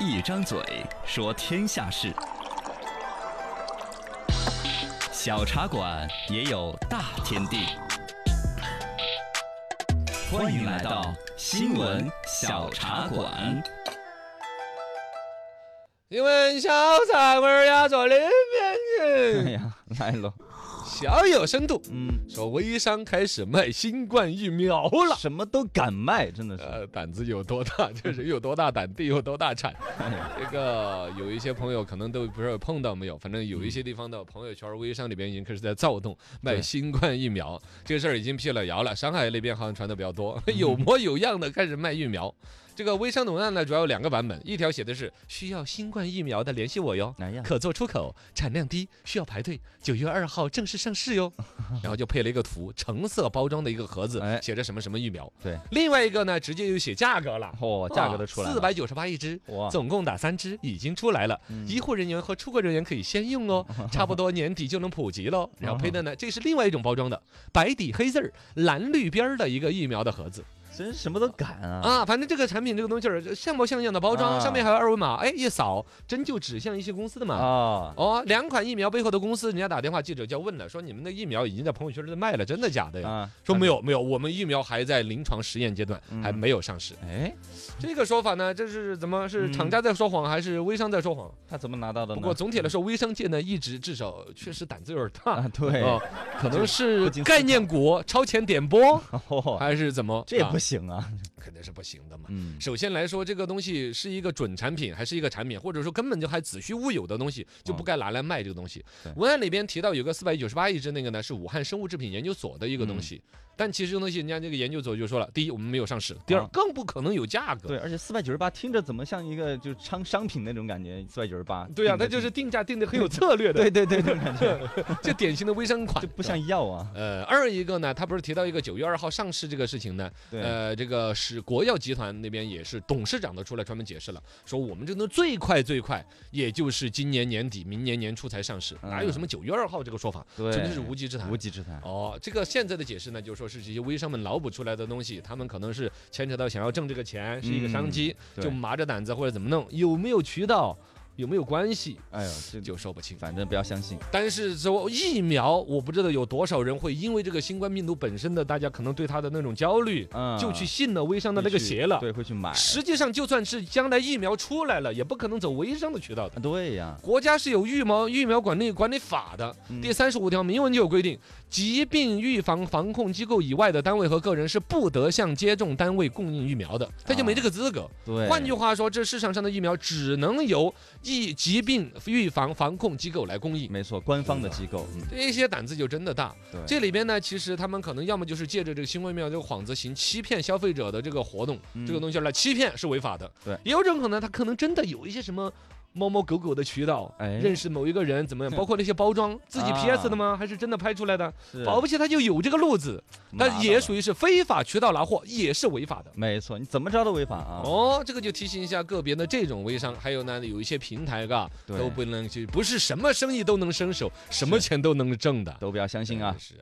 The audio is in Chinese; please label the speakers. Speaker 1: 一张嘴说天下事，小茶馆也有大天地。欢迎来到新闻小茶馆。
Speaker 2: 因为小茶馆儿呀，坐两边
Speaker 3: 哎
Speaker 2: 人，
Speaker 3: 呀，来了，
Speaker 2: 小有深度。
Speaker 3: 嗯，
Speaker 2: 说微商开始卖新冠疫苗了，
Speaker 3: 什么都敢卖，真的是，
Speaker 2: 呃，胆子有多大，就是有多大胆，地有多大产。
Speaker 3: 哎呀
Speaker 2: 这个有一些朋友可能都不知道碰到没有，反正有一些地方的朋友圈、微商里边已经开始在躁动卖
Speaker 3: 对
Speaker 2: 新冠疫苗，这个事儿已经辟了谣了。上海那边好像传的比较多， 有模有样的开始卖疫苗。这个微商的文案呢，主要有两个版本，一条写的是需要新冠疫苗的联系我哟，
Speaker 3: 哎呀，
Speaker 2: 可做出口，产量低，需要排队，九月二号正式上市 哟。然后就配了一个图，橙色包装的一个盒子
Speaker 3: 哎，
Speaker 2: 写着什么什么疫苗。
Speaker 3: 对，
Speaker 2: 另外一个呢，直接就写价格了。啊
Speaker 3: 嚯，价格都出来
Speaker 2: 四
Speaker 3: 了，
Speaker 2: 百九十八一支，
Speaker 3: 哇，嗯
Speaker 2: 总共打三支，已经出来了。医护人员和出国人员可以先 用哦，差不多年底就能普及喽。然后配的呢，这是另外一种包装的，白底黑字儿、蓝绿边儿的一个疫苗的盒子
Speaker 3: 真什么都敢啊，
Speaker 2: 啊。反正这个产品这个东西儿像模像样的包装，
Speaker 3: 啊
Speaker 2: 上面还有二维码，哎，一扫真就指向一些公司的嘛。
Speaker 3: 啊，
Speaker 2: 哦，两款疫苗背后的公司，人家打电话记者就要问了，说你们的疫苗已经在朋友圈里卖了，真的假的呀？
Speaker 3: 啊，
Speaker 2: 说没有没有，我们疫苗还在临床实验阶段，还
Speaker 3: 嗯
Speaker 2: 没有上市。
Speaker 3: 哎，
Speaker 2: 这个说法呢，这是怎么是
Speaker 3: 嗯
Speaker 2: 厂家在说谎，还是微商在说谎？
Speaker 3: 他怎么拿到的
Speaker 2: 不
Speaker 3: 呢？
Speaker 2: 过总体来说，微商界呢一直至少确实胆子有点大
Speaker 3: 啊，，对，
Speaker 2: 哦，可能是
Speaker 3: 不经思考
Speaker 2: 概念股超前 点播，
Speaker 3: 嚯，
Speaker 2: 还是怎么？
Speaker 3: 哎这也不
Speaker 2: 啊
Speaker 3: 行啊，
Speaker 2: 肯定是不行的嘛。
Speaker 3: 嗯，
Speaker 2: 首先来说，这个东西是一个准产品，还是一个产品，或者说根本就还子虚乌有的东西，就不该拿来卖这个东西
Speaker 3: 对。
Speaker 2: 文案里边提到有个四百九十八亿只，那个呢是武汉生物制品研究所的一个东西，但其实这个东西人家这个研究所就说了，第一我们没有上市，嗯第二
Speaker 3: 啊
Speaker 2: 更不可能有价格。
Speaker 3: 对，而且四百九十八听着怎么像一个就是商商品那种感觉，四百九十八，
Speaker 2: 对呀、
Speaker 3: 定
Speaker 2: 它
Speaker 3: 的
Speaker 2: 就是
Speaker 3: 定
Speaker 2: 定价定的很有策略 的，
Speaker 3: 对对对，这种感觉
Speaker 2: 这典型的微商款，
Speaker 3: 就不像药啊，
Speaker 2: 呃，二一个呢，他不是提到一个九月二号上市这个事情呢？
Speaker 3: 对，
Speaker 2: 呃，这个是国药集团那边也是董事长都出来专门解释了，说我们这能最快最快，也就是今年年底、明年年初才上市，
Speaker 3: 嗯
Speaker 2: 哪有什么九月二号这个说法，
Speaker 3: 对，嗯
Speaker 2: 纯粹是无稽之谈
Speaker 3: 无。稽之谈，
Speaker 2: 哦，这个现在的解释呢，就是说是这些微商们脑补出来的东西，他们可能是牵扯到想要挣这个钱是一个商机，
Speaker 3: 嗯对
Speaker 2: 就麻着胆子或者怎么弄，有没有渠道，有没有关系，
Speaker 3: 哎呦，这
Speaker 2: 就说不清。
Speaker 3: 反正不要相信，
Speaker 2: 但是说疫苗，我不知道有多少人会因为这个新冠病毒本身的，大家可能对它的那种焦虑，
Speaker 3: 嗯，
Speaker 2: 就去信了微商的
Speaker 3: 会
Speaker 2: 那个
Speaker 3: 去
Speaker 2: 邪了。
Speaker 3: 对，哎会去买，
Speaker 2: 实际上，就算是将来疫苗出来了，也不可能走微商的渠道的。
Speaker 3: 啊对呀，
Speaker 2: 国家是有疫苗疫苗管理管理法的，
Speaker 3: 嗯
Speaker 2: 第三十五条明文就有规定，疾病预防防控机构以外的单位和个人是不得向接种单位供应疫苗的，他就没这个资格。
Speaker 3: 啊对，
Speaker 2: 换句话说，这市场上的疫苗只能由疫疾病预防防控机构来供应。
Speaker 3: 没错，官方的机构，嗯，
Speaker 2: 这些胆子就真的大。
Speaker 3: 对
Speaker 2: 这里边呢，其实他们可能要么就是借着这个新冠疫苗这个幌子行欺骗消费者的这个活动，
Speaker 3: 嗯
Speaker 2: 这个东西来欺骗是违法的。
Speaker 3: 对
Speaker 2: 也有种可能他可能真的有一些什么。猫猫狗狗的渠道，
Speaker 3: 哎
Speaker 2: 认识某一个人 怎么样？包括那些包装，自己
Speaker 3: 啊
Speaker 2: PS 的吗？还是真的拍出来的？
Speaker 3: 是
Speaker 2: 保不齐他就有这个路子，但也属
Speaker 3: 于
Speaker 2: 于是非法渠道拿货，也是违法的。
Speaker 3: 没错，你怎么着都违法啊！
Speaker 2: 哦，这个就提醒一下个别的这种微商，还有呢，有一些平台嘎
Speaker 3: 对
Speaker 2: 都不能去，不是什么生意都能伸手，什么
Speaker 3: 是
Speaker 2: 钱都能挣的。
Speaker 3: 都不要相信啊
Speaker 2: 真！是